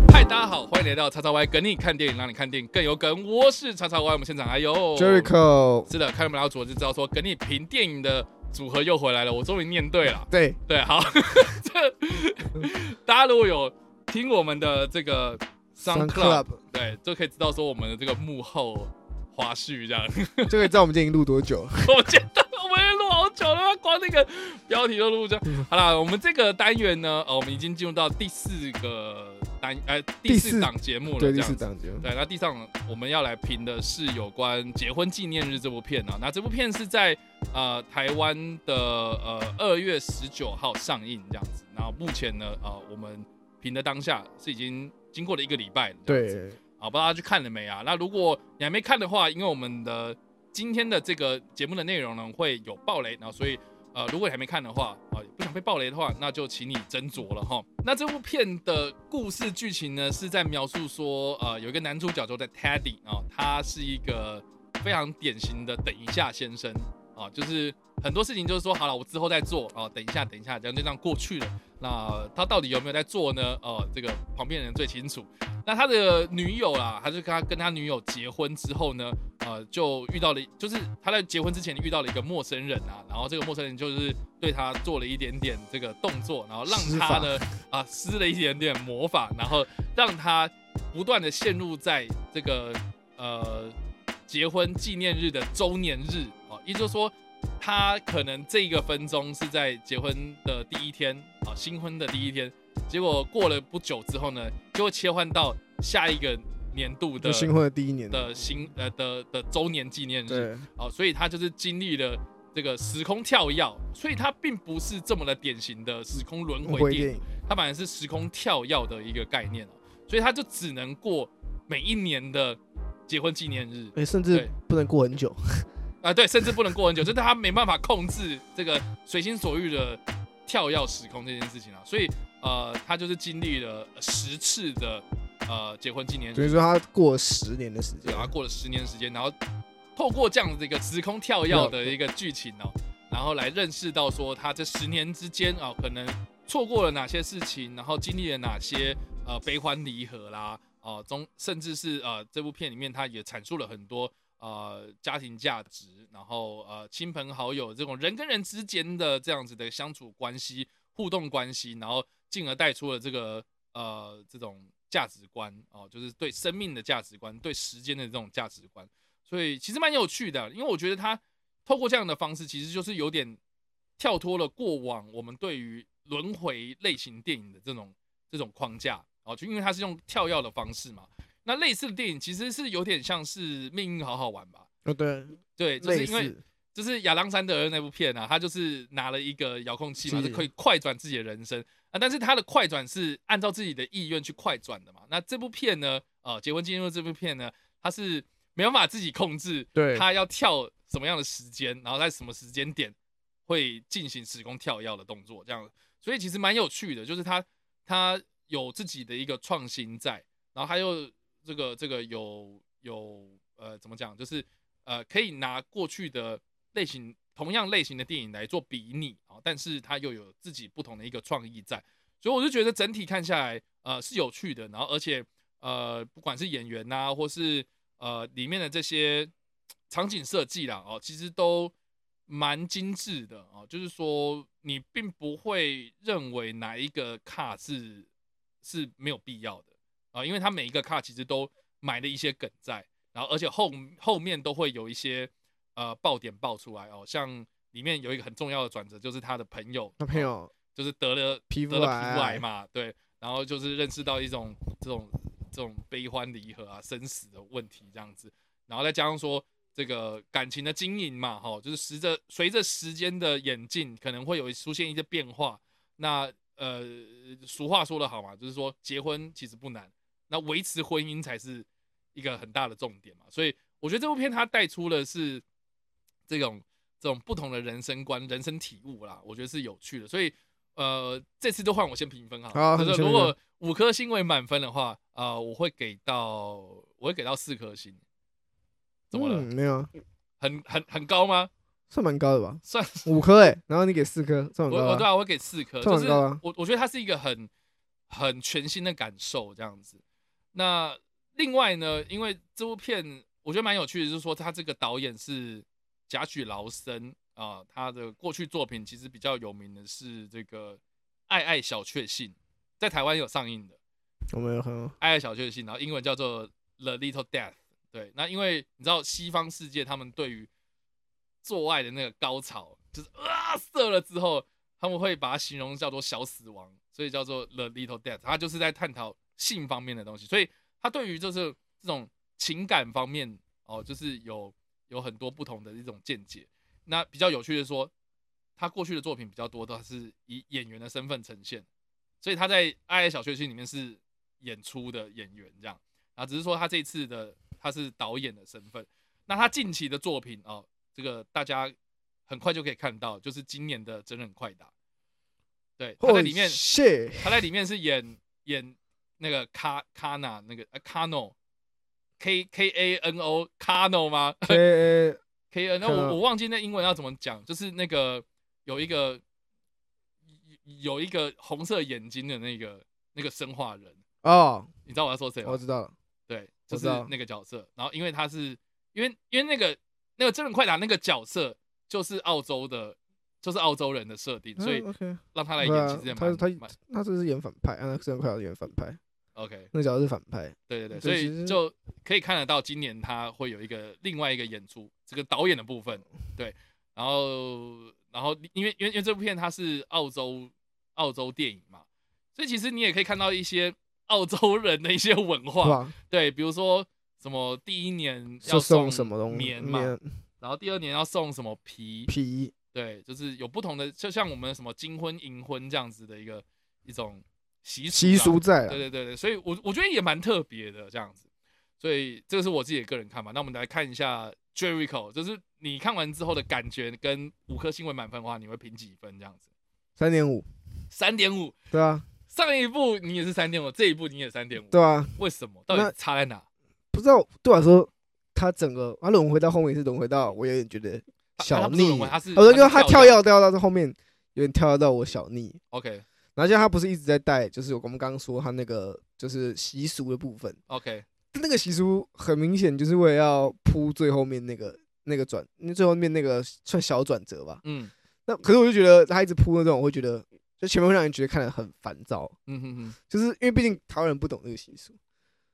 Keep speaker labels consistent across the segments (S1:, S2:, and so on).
S1: 迎来到叉叉 Y 跟你看电影，让你看电影更有梗。我是叉叉 Y，我们现场还有
S2: Jericho，
S1: 是的，看我们老组就知道说跟你评电影的组合又回来了，我终于念对了。
S2: 对，
S1: 对，好， 这大家如果有听我们的这个 Sound
S2: Sound
S1: Club，
S2: Club
S1: 对，就可以知道说我们的这个幕后花絮这样。
S2: 就可以知道我们电影录多久。
S1: 我觉得我们也录好久了，光那个标题都录这。
S2: 嗯
S1: 好了，我们这个单元呢，呃，我们已经进入到第四个单，呃，第
S2: 第
S1: 四
S2: 四
S1: 档节目了，
S2: 对，
S1: 这
S2: 第
S1: 样
S2: 四
S1: 子。
S2: 档节目，
S1: 对，那第上我们要来评的是有关《结婚纪念日》这部片啊。那这部片是在呃台湾的呃二月十九号上映这样子。那目前呢，呃，我们评的当下是已经经过了一个礼拜了。这样子
S2: 对，
S1: 啊，不知道大家去看了没啊？那如果你还没看的话，因为我们的今天的这个节目的内容呢会有爆雷，然后所以呃，如果你还没看的话，啊、不想被爆雷的话，那就请你斟酌了哈。那这部片的故事剧情呢是在描述说，呃，有一个男主角叫做 Teddy 啊、他是一个非常典型的等一下先生啊、就是很多事情就是说好了，我之后再做啊、等一下，等一下，这样就这样过去了。那他到底有没有在做呢？呃，这个旁边人最清楚。那他的女友啦，他就跟他跟他女友结婚之后呢，呃，就遇到了，就是他在结婚之前遇到了一个陌生人啊，然后这个陌生人就是对他做了一点点这个动作，然后让
S2: 施
S1: 他
S2: 法
S1: 呢啊、施了一点点魔法，然后让他不断的陷入在这个呃结婚纪念日的周年日啊，也就是说，他可能这一个分钟是在结婚的第一天啊，新婚的第一天，结果过了不久之后呢，就会切换到下一个年度的
S2: 就新婚的第一年，
S1: 的新呃的的周年纪念日
S2: 对，
S1: 啊，所以他就是经历了。这个时空跳跃，所以他并不是这么的典型的时空轮回
S2: 回
S1: 电影
S2: 电，影，
S1: 它反而是时空跳跃的一个概念哦，所以它就只能过每一年的结婚纪念日
S2: 哎，甚
S1: 对
S2: 至不能过很久，
S1: 啊、对，甚至不能过很久，就是他没办法控制这个随心所欲的跳跃时空这件事情啊，所以呃，他就是经历了十次的呃结婚纪念
S2: 所以
S1: 日，
S2: 说他过了十年的时间
S1: 对，，然后过了十年时间，然后透过这样子的一个时空跳跃的一个剧情哦，然后来认识到说他这十年之间啊、可能错过了哪些事情，然后经历了哪些呃悲欢离合啦，哦、中甚至是呃这部片里面他也阐述了很多呃家庭价值，然后呃亲朋好友这种人跟人之间的这样子的相处关系、互动关系，然后进而带出了这个呃这种价值观哦、就是对生命的价值观、对时间的这种价值观，所以其实蛮有趣的，因为我觉得他透过这样的方式，其实就是有点跳脱了过往我们对于轮回类型电影的这种这种框架哦，就因为它是用跳跃的方式嘛。那类似的电影其实是有点像是《命运好好玩》吧？
S2: 哦对，
S1: 对，就是
S2: 类
S1: 因为
S2: 似，
S1: 就是亚当·山德尔那部片啊，他就是拿了一个遥控器嘛，
S2: 是
S1: 就可以快转自己的人生啊。但是他的快转是按照自己的意愿去快转的嘛。那这部片呢，呃，《结婚进入》这部片呢，它是没办法自己控制，
S2: 对
S1: 他要跳什么样的时间，然后在什么时间点会进行时空跳跃的动作，这样，所以其实蛮有趣的，就是他他有自己的一个创新在，然后他又这个这个有有呃怎么讲，就是呃可以拿过去的类型同样类型的电影来做比拟啊、但是他又有自己不同的一个创意在，所以我就觉得整体看下来，呃，是有趣的。然后而且，呃，不管是演员呐、或是呃里面的这些场景设计啦，哦，其实都蛮精致的哦。就是说，你并不会认为哪一个卡是是没有必要的啊、因为它每一个卡其实都埋了一些梗在，然后而且后后面都会有一些呃爆点爆出来哦，像。里面有一个很重要的转折，就是他的朋友，
S2: 那朋友
S1: 就是得了
S2: 皮肤
S1: 得了
S2: 癌
S1: 皮肤癌嘛，对，然后就是认识到一种这种这种悲欢离合啊、生死的问题这样子，然后再加上说这个感情的经营嘛，哈，就是随着随着时间的演进，可能会有出现一些变化。那呃，俗话说得好嘛，就是说结婚其实不难，那维持婚姻才是一个很大的重点嘛。所以我觉得这部片它带出的是这种这种不同的人生观、人生体悟啦，我觉得是有趣的。所以呃，这次就换我先评分好了。
S2: 好啊
S1: 就是
S2: 你先
S1: 如
S2: 评分
S1: 果五颗星为满分的话，呃，我会给到我会给到四颗星。怎么了？
S2: 嗯没有啊，
S1: 很很很高吗？
S2: 算蛮高的吧，
S1: 算
S2: 五颗哎，然后你给四颗，算蛮
S1: 我我
S2: 高
S1: 对
S2: 的啊。
S1: 啊，我会给四颗，
S2: 这
S1: 就
S2: 很
S1: 是
S2: 高啊
S1: 我我觉得它是一个很很全新的感受这样子。那另外呢，因为这部片我觉得蛮有趣的，就是说他这个导演是贾许劳森啊、他的过去作品其实比较有名的是这个《爱爱小确幸》，在台湾有上映的。
S2: 我们有很
S1: 《爱的小确幸》，然后英文叫做《The Little Death》。对，那因为你知道西方世界他们对于做爱的那个高潮，就是啊射了之后，他们会把它形容叫做小死亡，所以叫做《The Little Death》。它就是在探讨性方面的东西，所以它对于就是这种情感方面哦，就是有有很多不同的一种见解。那比较有趣的是说，他过去的作品比较多，都是以演员的身份呈现，所以他在《爱的小确幸》里面是演出的演员这样，啊，只是说他这次的他是导演的身份。那他近期的作品哦，这个大家很快就可以看到，就是今年的《真人快打》，对，他在里面
S2: 谢
S1: 他在里面是演演那个卡卡纳那个呃卡诺 K K A N O 卡诺吗
S2: K A
S1: ？K N O
S2: 卡诺
S1: 我我忘记那英文要怎么讲，就是那个有一个有一个红色眼睛的那个那个生化人，
S2: 哦，
S1: 你知道我要说谁吗
S2: 我？知道了，
S1: 对，
S2: 我
S1: 就
S2: 知
S1: 是
S2: 道
S1: 那个角色。然后因为他是因为因为那个那个真人快打那个角色就是澳洲的，就是澳洲人的设定，所以
S2: 嗯 OK，
S1: 让他来
S2: 对
S1: 演
S2: 啊
S1: 其实也
S2: 他
S1: 蛮
S2: 他
S1: 蛮
S2: 他这是演反派，啊，那真人快要演反派，
S1: OK。
S2: 那角色是反派，
S1: 对对对，
S2: 对
S1: 所
S2: 其实
S1: 以就可以看得到今年他会有一个另外一个演出，这个导演的部分，对，然后然后因为因为因为这部片它是澳洲澳洲电影嘛，所以其实你也可以看到一些 澳洲人的一些文
S2: 是
S1: 化，
S2: 吧？
S1: 对，比如说什么第一年要
S2: 是送什么东西？
S1: 棉嘛，然后第二年要送什么皮，
S2: 皮
S1: 对，就是有不同的，就像我们什么金婚银婚这样子的一个一种习俗
S2: 习
S1: 啦
S2: 俗在啊
S1: 对
S2: 了，
S1: 对对对，所以我我觉得也蛮特别的这样子，所以这个是我自己的个人看法。那我们来看一下 Jericho，就是你看完之后的感觉，跟五颗星为满分的话，你会评几分？这样子，
S2: 三点五，
S1: 三点五。
S2: 对啊，
S1: 上一部你也是三点五，这一部你也三点五，
S2: 对啊，
S1: 为什么？到底
S2: 那
S1: 差在哪？
S2: 不知道对我来说，他整个他轮回到后面是轮回到我有点觉得
S1: 他
S2: 小
S1: 他不是
S2: 腻
S1: 轮回，他是
S2: 我觉得他
S1: 他是
S2: 跳
S1: 跳
S2: 跃跳跃到后面有点跳跃到我小腻，
S1: OK
S2: 然后现在他不是一直在带，就是我们刚刚说他那个就是习俗的部分，
S1: OK，
S2: 那个习俗很明显就是为了要铺最后面那个那个转，那最后面那个算小转折吧。
S1: 嗯
S2: 那可是我就觉得他一直铺那种，我会觉得就前面会让人觉得看得很烦躁，
S1: 嗯哼哼
S2: 就是因为毕竟台湾人不懂这个习俗，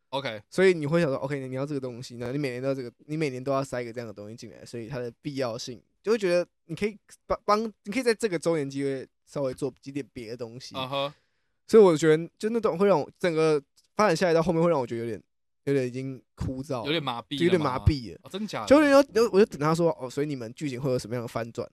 S1: ，OK
S2: 所以你会想说，OK，你要这个东西，那你每年都要这个，你每年都要塞一个这样的东西进来，所以它的必要性就会觉得你可以帮帮，你可以在这个周年机会稍微做几点别的东西。
S1: 啊哈，
S2: 所以我觉得就那种会让我整个发展下来到后面会让我觉得有点有点已经枯燥，
S1: 有点麻痹，
S2: 就有点麻，痹了。
S1: 哦，真假的？
S2: 就有点有，我就等他说哦，所以你们剧情会有什么样的翻转？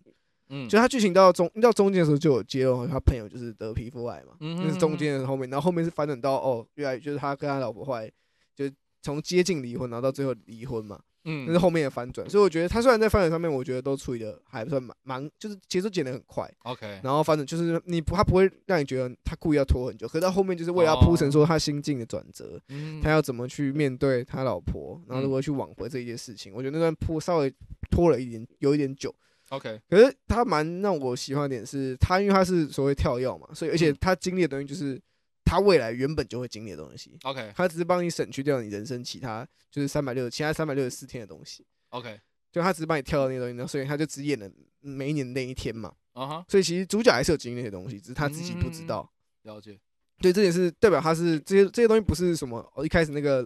S1: 嗯
S2: 就他剧情到中到中间的时候就有揭露他朋友就是得皮肤癌嘛，
S1: 嗯哼
S2: 那是中间的后面，然后后面是翻转到哦，原来就是他跟他老婆后来就是从接近离婚，然后到最后离婚嘛，那是
S1: 嗯
S2: 后面的翻转。所以我觉得他虽然在翻转上面，我觉得都处理的还算蛮蛮，就是节奏剪得很快，
S1: ，OK，
S2: 然后反正就是你不，他不会让你觉得他故意要拖很久，可是到后面就是为了要铺陈说他心境的转折，
S1: 哦嗯
S2: 他要怎么去面对他老婆，然后如何去挽回这一件事情。我觉得那段铺稍微拖了一点，有一点久。
S1: ，OK，
S2: 可是他蛮让我喜欢的点是，他因为他是所谓跳跃嘛，所以而且
S1: 嗯
S2: 他经历的东西就是他未来原本就会经历的东西，
S1: OK
S2: 他只是帮你省去掉你人生其他就是三百六其他三百六十四天的东西，
S1: OK，
S2: 就他只是帮你跳到那个东西，然后所以他就只演了每一年那一天嘛。
S1: 啊哈，
S2: 所以其实主角还是有经历那些东西，只是他自己不知道。
S1: 嗯了解，
S2: 对，这也是代表他是这些这些东西不是什么哦，一开始那个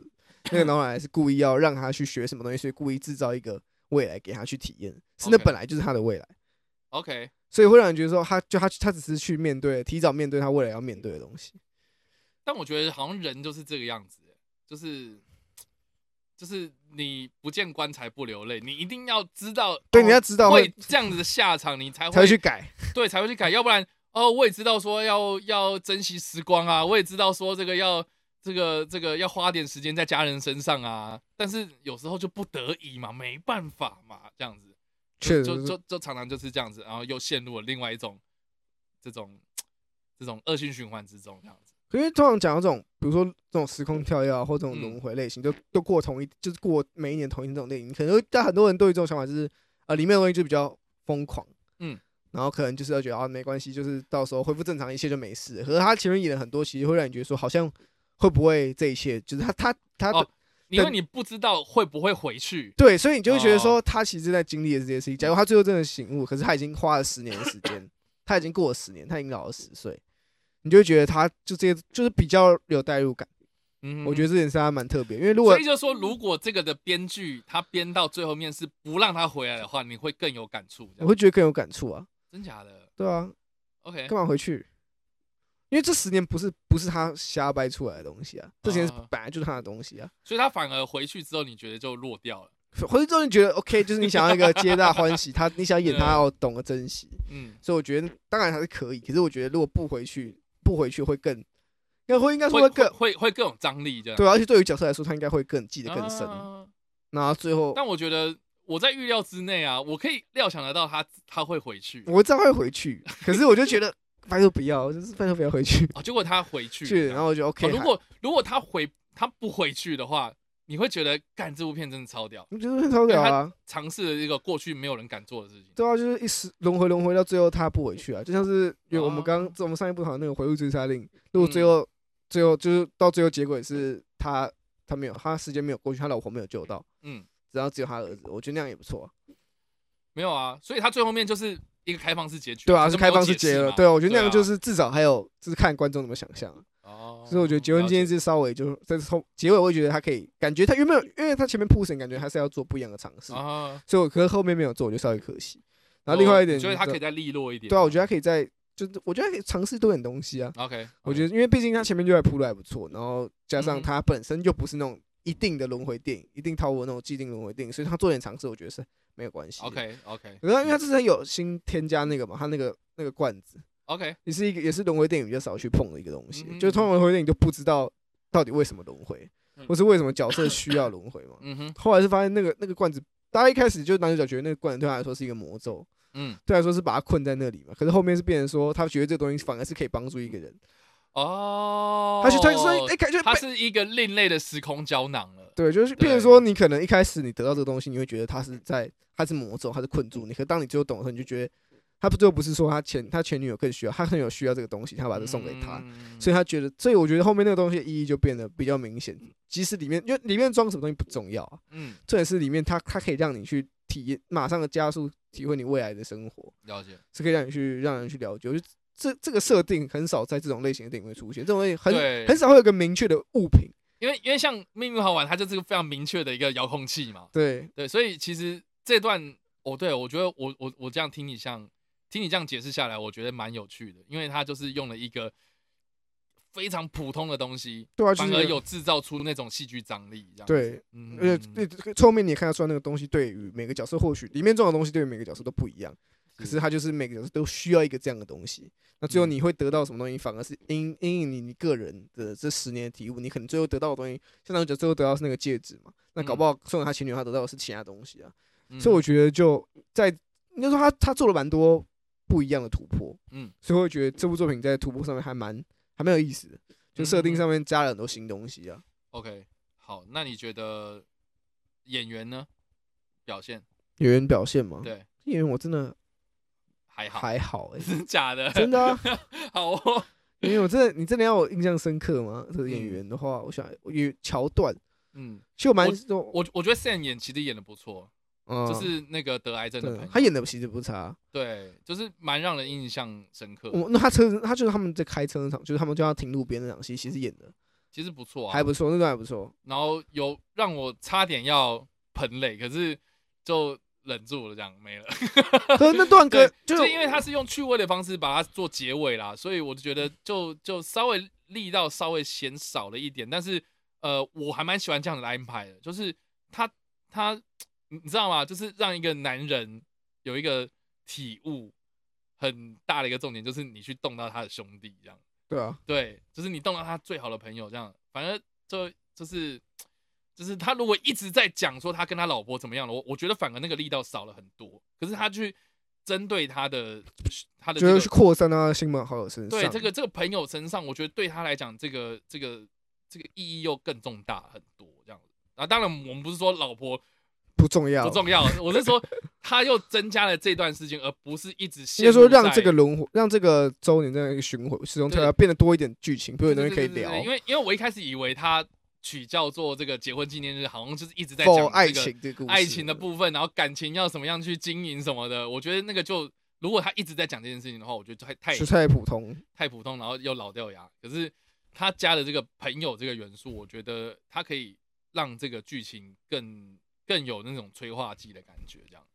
S2: 那个老奶奶是故意要让他去学什么东西，所以故意制造一个未来给他去体验，是那
S1: OK
S2: 本来就是他的未来，
S1: OK，
S2: 所以会让人觉得说他就他他只是去面对，提早面对他未来要面对的东
S1: 哦
S2: 西。
S1: 但我觉得好像人就是这个样子，欸就是就是你不见棺材不流泪，你一定要知道，
S2: 对，
S1: 哦
S2: 你要知道
S1: 会
S2: 会
S1: 这样子的下场，你才会
S2: 才会去改，
S1: 对才会去改，要不然哦，我也知道说要要珍惜时光啊，我也知道说这个要这个这个要花点时间在家人身上啊，但是有时候就不得已嘛，没办法嘛，这样子，
S2: 确
S1: 就
S2: 实
S1: 就是就就常常就是这样子，然后又陷入了另外一种这种这种恶性循环之中，这样子，
S2: 因为通常讲到这种，比如说这种时空跳跃啊，或这种
S1: 嗯
S2: 轮回类型，就都过同一，就是过每一年同一这种类型，可能会但很多人对于这种想法就是，呃，里面的东西就比较疯狂，
S1: 嗯，
S2: 然后可能就是要觉得啊没关系，就是到时候恢复正常一切就没事了。可是他前面演了很多，其实会让你觉得说好像会不会这一切就是他他他的、
S1: 哦因为你不知道会不会回去，
S2: 对，所以你就会
S1: 哦
S2: 觉得说他其实在经历的这些事情。假如他最后真的醒悟，可是他已经花了十年的时间，他已经过了十年，他已经老了十岁，你就会觉得他就这些就是比较有代入感。
S1: 嗯，
S2: 我觉得这点是他蛮特别，因为如果
S1: 所以就说，如果这个的编剧他编到最后面是不让他回来的话，你会更有感触。这
S2: 我
S1: 样
S2: 会觉得更有感触啊，
S1: 真假的
S2: 对啊，
S1: ？OK，
S2: 干嘛回去？因为这十年不是不是他瞎掰出来的东西啊，这十年是
S1: 啊
S2: 本来就是他的东西啊。
S1: 所以他反而回去之后，你觉得就落掉了。
S2: 回去之后你觉得 OK，就是你想要一个皆大欢喜，他你想演他要懂得珍惜，
S1: 嗯，
S2: 所以我觉得当然还是可以。可是我觉得如果不回去，不回去会更，那会应该
S1: 会
S2: 说会
S1: 会
S2: 更
S1: 会会更有张力，这样
S2: 对啊，而且对于角色来说，他应该会更记得更深。
S1: 啊
S2: 然后最后
S1: 但我觉得我在预料之内啊，我可以料想得到他他会回去
S2: 我知道会回去，可是我就觉得拜托不要，就是拜托不要回去。
S1: 啊，结果他回去
S2: 是，
S1: 了
S2: 然后我就
S1: 哦
S2: OK 还。
S1: 如果如果他回他不回去的话，你会觉得干这部片真的超屌，
S2: 我觉得很超屌啊，
S1: 尝试了一个过去没有人敢做的事情。
S2: 对啊，就是一时轮回轮回到最后他不回去啊，就像是因为我们
S1: 哦
S2: 刚我们上一部讨论那个《回路追杀令》，如果最
S1: 嗯
S2: 后、最后就是到最后结果也是他他没有他时间没有过去，他老婆没有救到，
S1: 嗯，
S2: 然后只有他儿子，我觉得那样也不错啊、
S1: 没有啊，所以他最后面就是一个开放式结局，
S2: 对啊，
S1: 就是是没有
S2: 开放式
S1: 解释
S2: 结了，
S1: 嘛
S2: 对啊，我觉得那样就
S1: 啊
S2: 是至少还有就是看观众怎么想象啊、
S1: 哦，
S2: 所以我觉得结婚
S1: 了
S2: 这件
S1: 解
S2: 事稍微就是在后结尾，我会觉得他可以感觉他有没有，因为他前面铺陈，感觉他是要做不一样的尝试，
S1: 啊，
S2: 所以我可是后面没有做，我觉得稍微可惜。然后另外一点，
S1: 哦所以他可以哦再利落一点。
S2: 对啊，我觉得他可以在就是我觉得他可以尝试多点东西啊。
S1: OK，
S2: 我觉得，因为毕竟他前面就还铺的还不错，然后加
S1: 哦嗯
S2: 上他本身就不是那种一定的轮回电影，一定套我那种既定轮回电影，所以他做点尝试，我觉得是没有关系的。
S1: OK OK
S2: 可是他因为他之前有新添加那个嘛，他那个那个罐子
S1: OK，
S2: 也是一个也是轮回电影比较少去碰的一个东西，
S1: 嗯
S2: 就是通常轮回电影就不知道到底为什么轮回
S1: 嗯，
S2: 或是为什么角色需要轮回嘛。
S1: 嗯哼，
S2: 后来是发现那个那个罐子，大家一开始就男主角觉得那个罐子对他来说是一个魔咒，
S1: 嗯，
S2: 对他来说是把他困在那里嘛。可是后面是变成说，他觉得这个东西反而是可以帮助一个人，
S1: 哦，
S2: 他去他说，哎，感觉
S1: 它
S2: 被
S1: 是一个另类的时空胶囊了。
S2: 对，就是变成说，你可能一开始你得到这个东西，你会觉得它是在它是魔咒，它是困住你。可当你最后懂的时候，你就觉得他不最后不是说他前他前女友更需要，他很有需要这个东西，他把这送给他，
S1: 嗯
S2: 所以他觉得，所以我觉得后面那个东西的意义就变得比较明显。即使里面，因为里面装什么东西不重要啊，
S1: 嗯，
S2: 重点是里面它它可以让你去体验，马上加速体会你未来的生活，
S1: 了解。
S2: 是可以让你去让人去了解。我觉得这这个设定很少在这种类型的电影会出现，这种类型很
S1: 对
S2: 很少会有个明确的物品。
S1: 因为因为像《命运好玩》，它就是非常明确的一个遥控器嘛，
S2: 对，
S1: 对，所以其实这段哦，对我觉得我我我这样听你像听你这样解释下来，我觉得蛮有趣的，因为它就是用了一个非常普通的东西，
S2: 对啊，就
S1: 反
S2: 是
S1: 而
S2: 一个
S1: 有制造出那种戏剧张力，这样子，
S2: 对，
S1: 嗯，
S2: 而且呃对这个后面你也看得出来，那个东西对于每个角色，或许里面装的东西对于每个角色都不一样。可是它就是每个角色都需要一个这样的东西。那最后
S1: 嗯
S2: 你会得到什么东西，反而是因因应你你个人的这十年的体悟，你可能最后得到的东西，像男主角最后得到是那个戒指嘛，那搞不好送给他前女友，他得到的是其他东西啊。
S1: 嗯
S2: 所以我觉得就在应该说他他做了蛮多不一样的突破，
S1: 嗯，
S2: 所以我会觉得这部作品在突破上面还蛮还蛮有意思的，就设定上面加了很多新东西啊。
S1: 嗯 OK，好，那你觉得演员呢表现
S2: 演员表现嘛，
S1: 对
S2: 演员我真的
S1: 还好？
S2: 还好 哎、
S1: 真假的？
S2: 真的啊、
S1: 好哦，
S2: 因为我真的，你真的要我印象深刻吗？这个演员的话，我想有桥段，
S1: 嗯，
S2: 其实我蛮
S1: 我
S2: 多，
S1: 我我觉得 Sam 演其实演的不错，
S2: 嗯
S1: 就是那个得癌症的
S2: 对啊
S1: 朋友，
S2: 他演的其实不差。啊
S1: 对，就是蛮让人印象深刻，
S2: 我那他车，他就是他们在开车那场，就是他们叫他停路边那场戏，其实演的
S1: 其实不错啊，
S2: 还不错，那段还不 错。
S1: 然后有让我差点要喷泪，可是就忍住了，这样没了。
S2: 可是那段歌
S1: 对，
S2: 就
S1: 就是因为他是用趣味的方式把它做结尾啦，所以我就觉得就就稍微力道稍微嫌少了一点，但是呃，我还蛮喜欢这样的安排的，就是他他你知道吗？就是让一个男人有一个体悟，很大的一个重点就是你去动到他的兄弟这样。
S2: 对啊，
S1: 对，就是你动到他最好的朋友这样，反正就就是就是他如果一直在讲说他跟他老婆怎么样了，我我觉得反而那个力道少了很多。可是他去针对他的他的
S2: 就
S1: 这
S2: 是
S1: 个
S2: 去扩散到他亲朋好友身上。
S1: 对这个这个朋友身上，我觉得对他来讲，这个这个这个意义又更重大很多这样子。啊，当然我们不是说老婆
S2: 不重要，
S1: 不重要，我是说他又增加了这段时间，而不是一直
S2: 应
S1: 陷
S2: 该
S1: 入
S2: 说让
S1: 在
S2: 这个轮回，让这个周年这样一个循环始终跳
S1: 对
S2: 跃，变得多一点剧情，多一
S1: 对对
S2: 点东西可以
S1: 对对
S2: 聊
S1: 对。因为因为我一开始以为他取叫做这个结婚纪念日，好像就是一直在讲、
S2: 否
S1: 这个、
S2: 爱情这个故事，
S1: 爱情的部分，然后感情要怎么样去经营什么的。我觉得那个就如果他一直在讲这件事情的话，我觉得太太
S2: 就太普通。
S1: 太普通，然后又老掉牙。可是他加了这个朋友这个元素，我觉得他可以让这个剧情更更有那种催化剂的感觉。这样，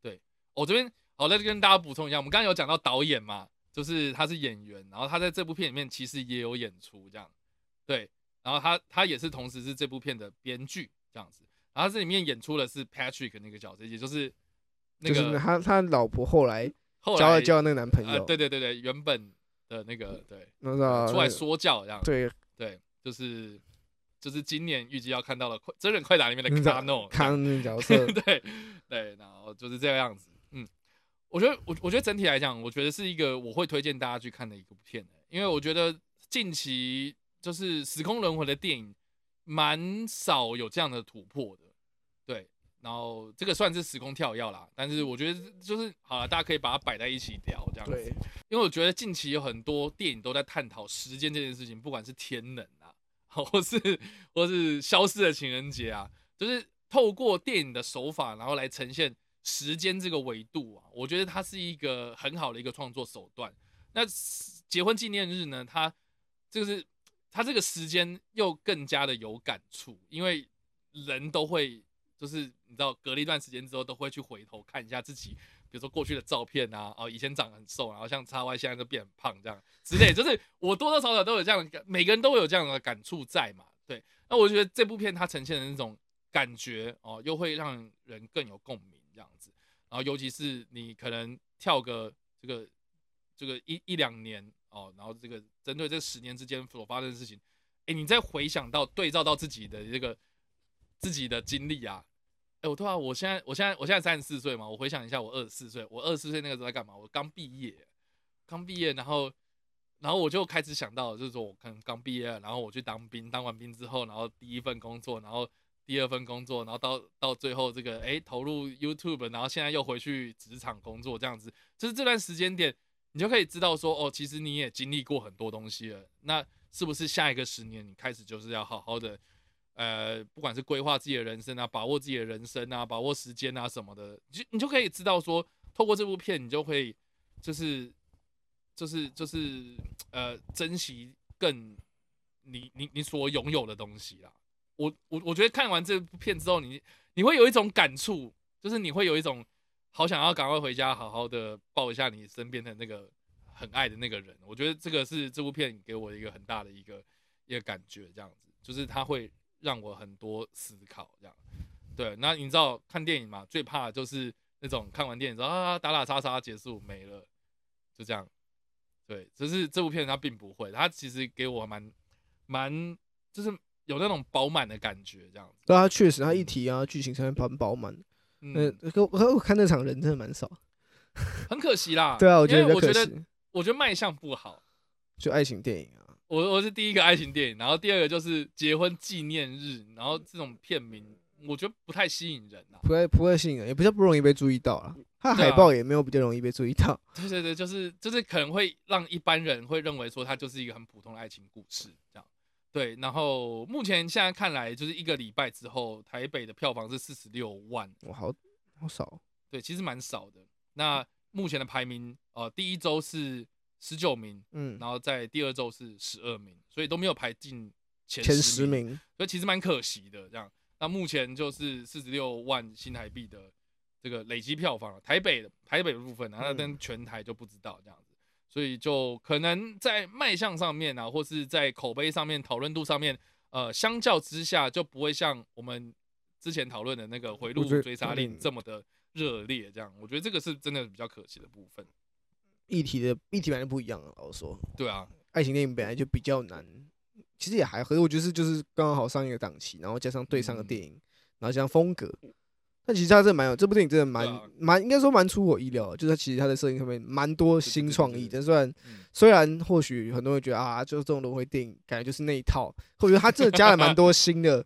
S1: 对我、这边好，再跟大家补充一下，我们刚刚有讲到导演嘛，就是他是演员，然后他在这部片里面其实也有演出，这样对，然后他他也是同时是这部片的编剧这样子，然后他这里面演出的是 Patrick 那个角色，也就是那
S2: 就是
S1: 个
S2: 他他老婆后来
S1: 后
S2: 交
S1: 来
S2: 了交了那个男朋
S1: 呃，
S2: 友，
S1: 对对对对，原本的那个对。
S2: 那个，
S1: 出来说教这样。
S2: 对
S1: 呃对，就是就是今年预计要看到的快真人快打里面的
S2: 那
S1: 嗯卡
S2: 个
S1: 诺，
S2: 康那个角色，
S1: 对对，然后就是这个样子。嗯，我觉得我我觉得整体来讲，我觉得是一个我会推荐大家去看的一部片、欸因为我觉得近期就是时空轮回的电影蛮少有这样的突破的，对。然后这个算是时空跳跃啦，但是我觉得就是好了，大家可以把它摆在一起聊这样子。
S2: 对，
S1: 因为我觉得近期有很多电影都在探讨时间这件事情，不管是天冷啊，或是或是消失的情人节啊，就是透过电影的手法，然后来呈现时间这个维度啊，我觉得它是一个很好的一个创作手段。那结婚纪念日呢，它就是它这个时间又更加的有感触，因为人都会就是你知道隔了一段时间之后，都会去回头看一下自己比如说过去的照片啊，哦，以前长很瘦，然后像叉 Y 现在就变很胖这样之类，就是我多多少少都有这样的感，每个人都有这样的感触在嘛。对，那我觉得这部片它呈现的那种感觉哦，又会让人更有共鸣这样子。然后尤其是你可能跳个这个这个一一两年哦，然后这个针对这十年之间所发生的事情，哎，你再回想到对照到自己的这个自己的经历啊，哎，我突然，我现在，我现在，我现在三十四岁嘛，我回想一下，我二十四岁，我二十四岁那个时候在干嘛？我刚毕业，刚毕业，然后，然后我就开始想到，就是说我可能刚毕业，然后我去当兵，当完兵之后，然后第一份工作，然后第二份工作，然后到到最后这个，哎，投入 YouTube，然后现在又回去职场工作，这样子，就是这段时间点，你就可以知道说，哦，其实你也经历过很多东西了，那是不是下一个十年你开始就是要好好的？呃，不管是规划自己的人生啊，把握自己的人生啊，把握时间啊什么的，你就你就可以知道说，透过这部片，你就会就是就是就是呃，珍惜更你你你所拥有的东西啦。我我我觉得看完这部片之后，你你会有一种感触，就是你会有一种好想要赶快回家，好好的抱一下你身边的那个很爱的那个人。我觉得这个是这部片给我一个很大的一个一个感觉，这样子，就是它会让我很多思考，这样。对，那你知道看电影嘛，最怕的就是那种看完电影之后啊打打杀杀结束没了，就这样。对，只是这部片它并不会，它其实给我蛮蛮就是有那种饱满的感觉，这样子。
S2: 对他确实他一提啊，剧情上面很饱满。嗯
S1: 嗯，，
S2: 可可我看那场人真的蛮少。
S1: 很可惜啦。
S2: 对啊，我觉
S1: 因为
S2: 得比较
S1: 我
S2: 可
S1: 觉得
S2: 惜，
S1: 我觉得卖相不好。
S2: 就爱情电影啊，
S1: 我我是第一个爱情电影，然后第二个就是结婚纪念日，然后这种片名我觉得不太吸引人啊。
S2: 不太不太吸引人，也比较不容易被注意到啦。他
S1: 对啊
S2: 海报也没有比较容易被注意到，
S1: 对对对，就是就是可能会让一般人会认为说它就是一个很普通的爱情故事这样。对，然后目前现在看来，就是一个礼拜之后，台北的票房是四十六万，
S2: 我好好少。
S1: 对，其实蛮少的。那目前的排名，呃，第一周是十九名，
S2: 嗯，
S1: 然后在第二周是十二名，所以都没有排进前
S2: 前
S1: 十
S2: 十
S1: 名。
S2: 名，
S1: 所以其实蛮可惜的。这样，那目前就是四十六万新台币的这个累积票房了，台北的台北的部分啊，那
S2: 嗯
S1: 跟全台就不知道这样子，所以就可能在卖相上面啊，或是在口碑上面、讨论度上面，呃，相较之下就不会像我们之前讨论的那个《回
S2: 我觉
S1: 路
S2: 得
S1: 追杀令
S2: 嗯》
S1: 这么的热烈。这样，我觉得这个是真的比较可惜的部分。
S2: 议题的议题本来就不一样了。老实说，
S1: 对啊，
S2: 爱情电影本来就比较难，其实也还好。可是我觉得是就是刚刚好上一个档期，然后加上对上个
S1: 嗯
S2: 电影，然后加上风格。但其实它真的蛮有，这部电影真的蛮
S1: 对啊
S2: 蛮、应该说蛮出我意料的，就是它其实它的摄影上面蛮多新创意。
S1: 对
S2: 但虽然
S1: 嗯
S2: 虽然或许很多人觉得啊，就是这种轮回电影感觉就是那一套，或者它真的加了蛮多新的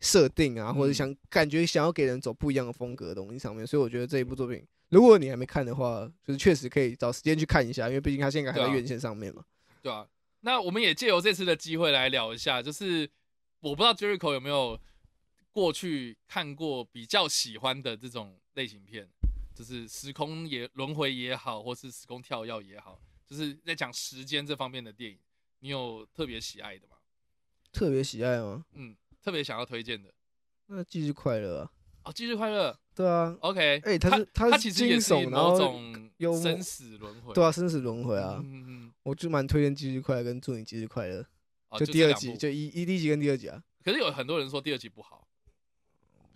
S2: 设定啊，或者
S1: 嗯
S2: 想感觉想要给人走不一样的风格的东西上面。所以我觉得这一部作品，如果你还没看的话，就是确实可以找时间去看一下，因为毕竟它现在还在
S1: 对啊
S2: 院线上面嘛。
S1: 对啊，那我们也借由这次的机会来聊一下，就是我不知道 Jericho 有没有过去看过比较喜欢的这种类型片，就是时空也轮回也好，或是时空跳跃也好，就是在讲时间这方面的电影，你有特别喜爱的吗？
S2: 特别喜爱吗？
S1: 嗯，特别想要推荐的
S2: 那《忌日快乐》啊，
S1: 哦，《忌日快乐》
S2: 对啊，
S1: OK，
S2: 哎它是它
S1: 它
S2: 是
S1: 其实也是
S2: 惊悚然
S1: 某
S2: 后
S1: 种
S2: 幽默
S1: 生死轮回，
S2: 对啊，生死轮回啊，
S1: 嗯嗯嗯，
S2: 我就蛮推荐《忌日快乐》跟《祝你忌日快乐》，
S1: 哦
S2: 就
S1: 这
S2: 第二
S1: 两
S2: 集，
S1: 部
S2: 就一一第一集跟第二集啊，
S1: 可是有很多人说第二集不好，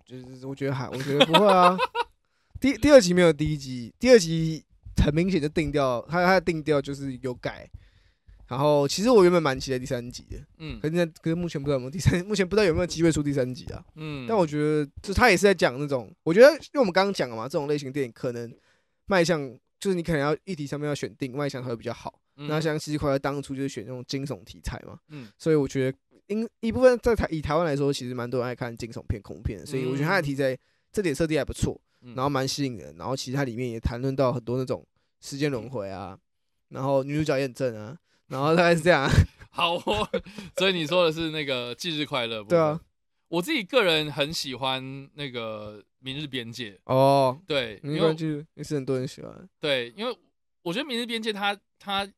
S2: 就是我觉得还我觉得不会啊。 第第二集没有第一集，第二集很明显就定调，它它的定调就是有改。然后其实我原本蛮期待第三集的，
S1: 嗯
S2: 可是那可是目前不知道有没有第三，目前不知道有没有机会出第三集啊。
S1: 嗯，
S2: 但我觉得就他也是在讲那种，我觉得因为我们刚刚讲了嘛，这种类型电影可能卖向就是你可能要议题上面要选定卖向才会比较好。
S1: 嗯
S2: 那像《奇迹快乐》当初就是选那种惊悚题材嘛，
S1: 嗯
S2: 所以我觉得因一部分在台以台湾来说，其实蛮多人爱看惊悚片、恐怖片的，所以我觉得它的
S1: 嗯
S2: 题材这点设定还不错，
S1: 嗯
S2: 然后蛮吸引人，然后其实它里面也谈论到很多那种时间
S1: 嗯
S2: 轮回啊，然后女主角也很正啊，然后大概是这 样啊，
S1: 好哦，所以你说的是那个忌日快乐，
S2: 对啊，，
S1: 我自己个人很喜欢那个《明日边界》，
S2: 哦，
S1: 对，因
S2: 女主
S1: 为
S2: 角也是很多人喜欢，
S1: 对，因为我觉得《明日边界它》它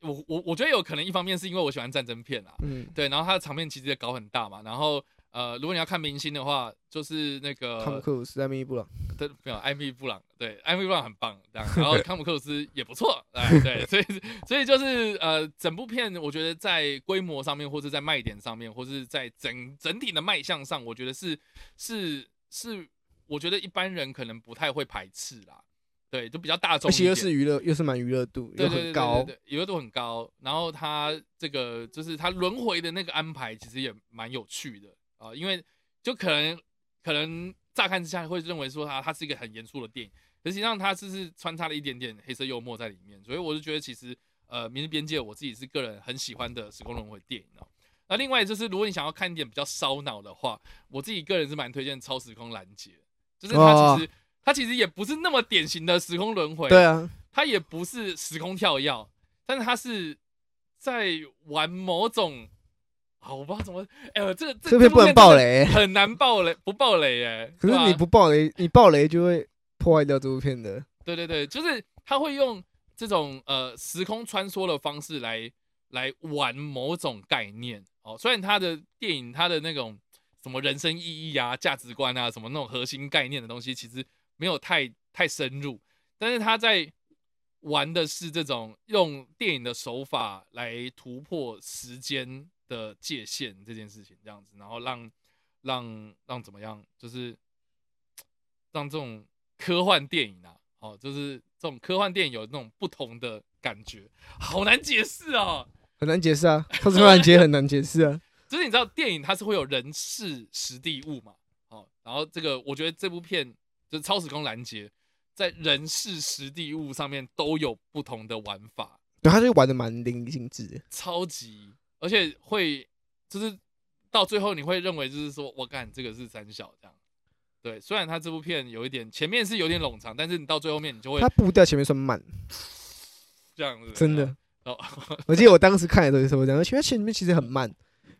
S1: 我我我觉得有可能一方面是因为我喜欢战争片啦，
S2: 嗯，
S1: 对，然后它的场面其实也搞很大嘛，然后呃，如果你要看明星的话，就是那
S2: 汤姆
S1: 个
S2: 克鲁斯、艾米布朗，
S1: 对，没有艾米布朗，对，艾米布朗很棒，这样，然 后汤姆克鲁斯也不错，哎，对，所以所以就是呃，整部片我觉得在规模上面，或是在卖点上面，或是在整整体的卖相上，我觉得是是是，我觉得一般人可能不太会排斥啦，对，就比较大众
S2: 而
S1: 一
S2: 且
S1: 点，
S2: 又是娱乐，又是蛮娱乐度，
S1: 对
S2: 又
S1: 对对
S2: 很
S1: 对
S2: 高，
S1: 对，有度很高。然后他这个就是他轮回的那个安排，其实也蛮有趣的啊、因为就可能可能乍看之下会认为说啊它它是一个很严肃的电影，可实际上它就是穿插了一点点黑色幽默在里面，所以我就觉得其实呃《明日边界》我自己是个人很喜欢的时空轮回电影哦。那另外就是，如果你想要看一点比较烧脑的话，我自己个人是蛮推荐《超时空拦截》，就是它
S2: 哦
S1: 其实、它其实也不是那么典型的时空轮回，
S2: 对啊，
S1: 它也不是时空跳跃，但是它是在玩某种啊，我不知道怎么，哎、呦，这这
S2: 这边
S1: 部
S2: 不能
S1: 片
S2: 爆
S1: 真的
S2: 雷，
S1: 很难爆雷，不爆雷哎、
S2: 可
S1: 对
S2: 是
S1: 吧
S2: 你不爆雷，你爆雷就会破坏掉这部片的，
S1: 对对对，就是他会用这种呃时空穿梭的方式来来玩某种概念哦。虽然他的电影他的那种什么人生意义啊、价值观啊、什么那种核心概念的东西，其实没有太太深入，但是他在玩的是这种用电影的手法来突破时间的界限这件事情，这样子，然后让让让怎么样，就是让这种科幻电影啊，哦，就是这种科幻电影有那种不同的感觉，好难解释哦。
S2: 很难解释啊，超时空拦截很难解释啊，
S1: 就是你知道电影它是会有人事实地物嘛，哦，然后这个我觉得这部片就是《超时空拦截》在人事实地物上面都有不同的玩法，
S2: 然后他就玩的蛮淋漓尽致的，
S1: 超级，而且会就是到最后你会认为就是说我干这个是三小这样。对，虽然它这部片有一点前面是有点冗长，但是你到最后面你就会
S2: 他步调前面算慢，
S1: 这样子，
S2: 真的。
S1: 哦，
S2: 我记得我当时看的时候也是我讲，而且它前面其实很慢，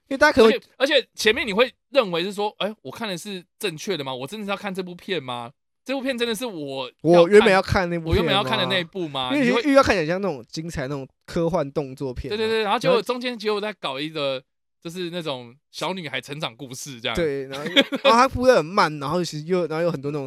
S2: 因为大家可
S1: 而
S2: 能会
S1: 且而且前面你会认为是说，哎、我看的是正确的吗？我真的是要看这部片吗？这部片真的是我
S2: 我原本
S1: 看
S2: 要看那部，
S1: 我原本要看的那一，部吗？
S2: 因
S1: 你
S2: 为
S1: 会
S2: 预告看起来像那种精彩那种科幻动作片
S1: 对
S2: 嘛，
S1: 对对，然后结
S2: 然
S1: 果
S2: 后
S1: 中间结果在搞一个就是那种小女孩成长故事这样，，
S2: 对，然后然后他步调很慢，然后其实又然后有很多那种，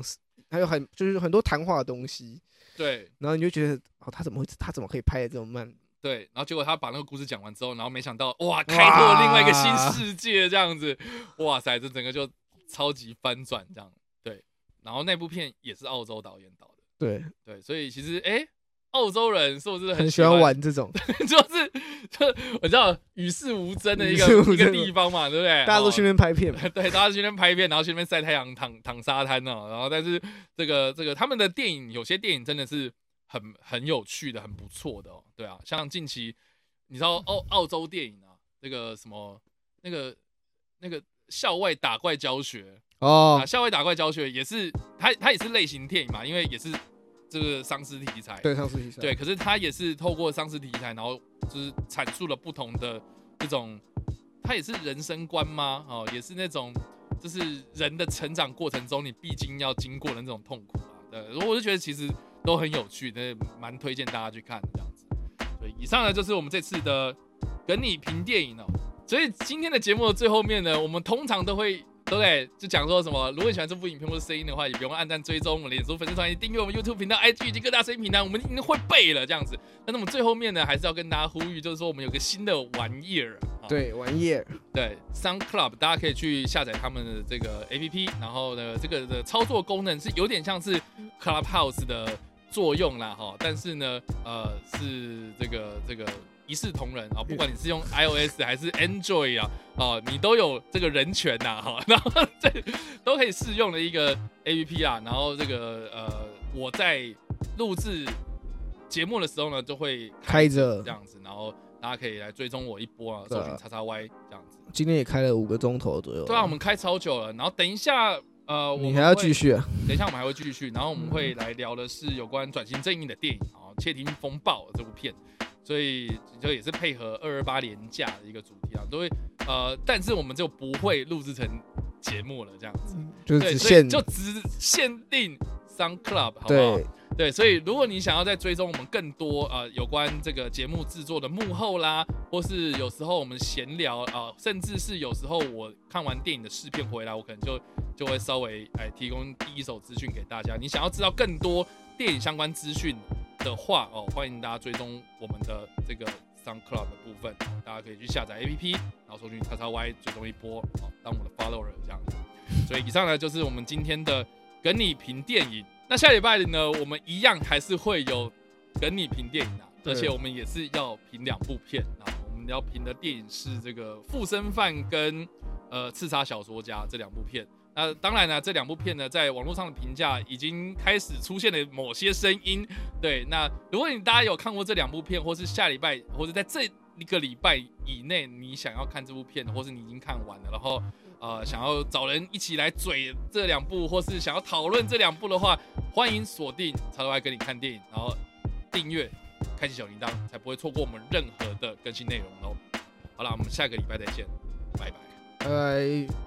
S2: 还有很就是很多谈话的东西，
S1: 对
S2: 然后你就觉得哦，他怎么会他怎么可以拍的这么慢？
S1: 对，然后结果他把那个故事讲完之后，然后没想到哇，开拓另外一个新世界这样子，哇塞，这整个就超级翻转这样，对，然后那部片也是澳洲导演导的，
S2: 对，
S1: 对，所以其实哎、澳洲人是不是
S2: 很
S1: 喜
S2: 喜欢玩这种，
S1: 就是就我知道与世无争的一
S2: 与世
S1: 个
S2: 无
S1: 一
S2: 争
S1: 个地方嘛，对不对？
S2: 大家都去那
S1: 哦
S2: 边拍 片嘛，
S1: 对，大家去那边拍片，然后去那边晒太阳、躺躺沙滩哦。然后，但是这个这个他们的电影，有些电影真的是很很有趣的，很不错的哦。对啊，像近期你知道澳澳洲电影啊，那个什么那个那个校外打怪教学啊，
S2: 哦，
S1: 校外打怪教学也是它它也是类型电影嘛，因为也是这个丧尸题材，
S2: 对，上次比赛，
S1: 对，可是它也是透过丧尸题材，然后就是阐述了不同的这种，它也是人生观吗？哦，也是那种就是人的成长过程中你必经要经过的那种痛苦啊。对，我就觉得其实都很有趣，那蛮推荐大家去看的这样子。所以以上呢就是我们这次的跟你评电影哦。所以今天的节目的最后面呢，我们通常都会。对不对？就讲说什么，如果你喜欢这部影片或者声音的话，也别忘了按赞、追踪我们脸书粉丝团、订阅我们 YouTube 频道、IG 以及各大声音平台，我们已经会背了这样子。那那么最后面呢，还是要跟大家呼吁，就是说我们有个新的玩意儿啊，
S2: 对，玩意儿，
S1: 对，Sound Club，大家可以去下载他们的这个 APP，然后呢，这个的操作功能是有点像是 Clubhouse 的作用啦，哈，但是呢，呃，是这个这个一视同仁啊，不管你是用 iOS 还是 Android 啊，哦，你都有这个人权呐、哈， 然后这都可以试用的一个 APP 啊，然后这个呃，我在录制节目的时候呢，就会
S2: 开着
S1: 这，样子，然后大家可以来追踪我一波啊，
S2: 对
S1: 搜
S2: 啊
S1: 寻叉叉 Y 这样子。
S2: 今天也开了五个钟头左右，
S1: 对啊，我们开超久了，然后等一下，呃，我
S2: 你
S1: 们
S2: 还要
S1: 会
S2: 继，续啊？
S1: 等一下我们还会继续，然后我们会来聊的是有关转型正义的电影啊，《窃听风暴》这部片，所以这也是配合二二八廉价的一个主题啊，都会呃，但是我们就不会录制成节目了这样子，
S2: 就
S1: 对，
S2: 是只
S1: 所以
S2: 限
S1: 就只限定 Sun Club 好不好？
S2: 对，
S1: 对，所以如果你想要再追踪我们更多呃有关这个节目制作的幕后啦，或是有时候我们闲聊啊、呃甚至是有时候我看完电影的试片回来，我可能就就会稍微哎提供第一手资讯给大家。你想要知道更多电影相关资讯的话哦，欢迎大家追踪我们的这个 Sound Club 的部分，大家可以去下载 APP，然后搜寻叉叉 Y 追踪一波哦，当我们的 follower 这样子。所以以上呢就是我们今天的跟你评电影。那下礼拜呢，我们一样还是会有跟你评电影的、
S2: 对
S1: 而且我们也是要评两部片啊。我们要评的电影是这个《附身犯》跟呃《刺杀小说家》这两部片。那当然呢，这两部片呢，在网络上的评价已经开始出现了某些声音。对，那如果你大家有看过这两部片，或是下礼拜，或是在这一个礼拜以内，你想要看这部片，或是你已经看完了，然后呃想要找人一起来嘴这两部，或是想要讨论这两部的话，欢迎锁定叉叉 Y 跟你看电影，然后订阅，开启小铃铛，才不会错过我们哦任何的更新内容喽。好了，我们下个礼拜再见，拜拜。
S2: 拜拜。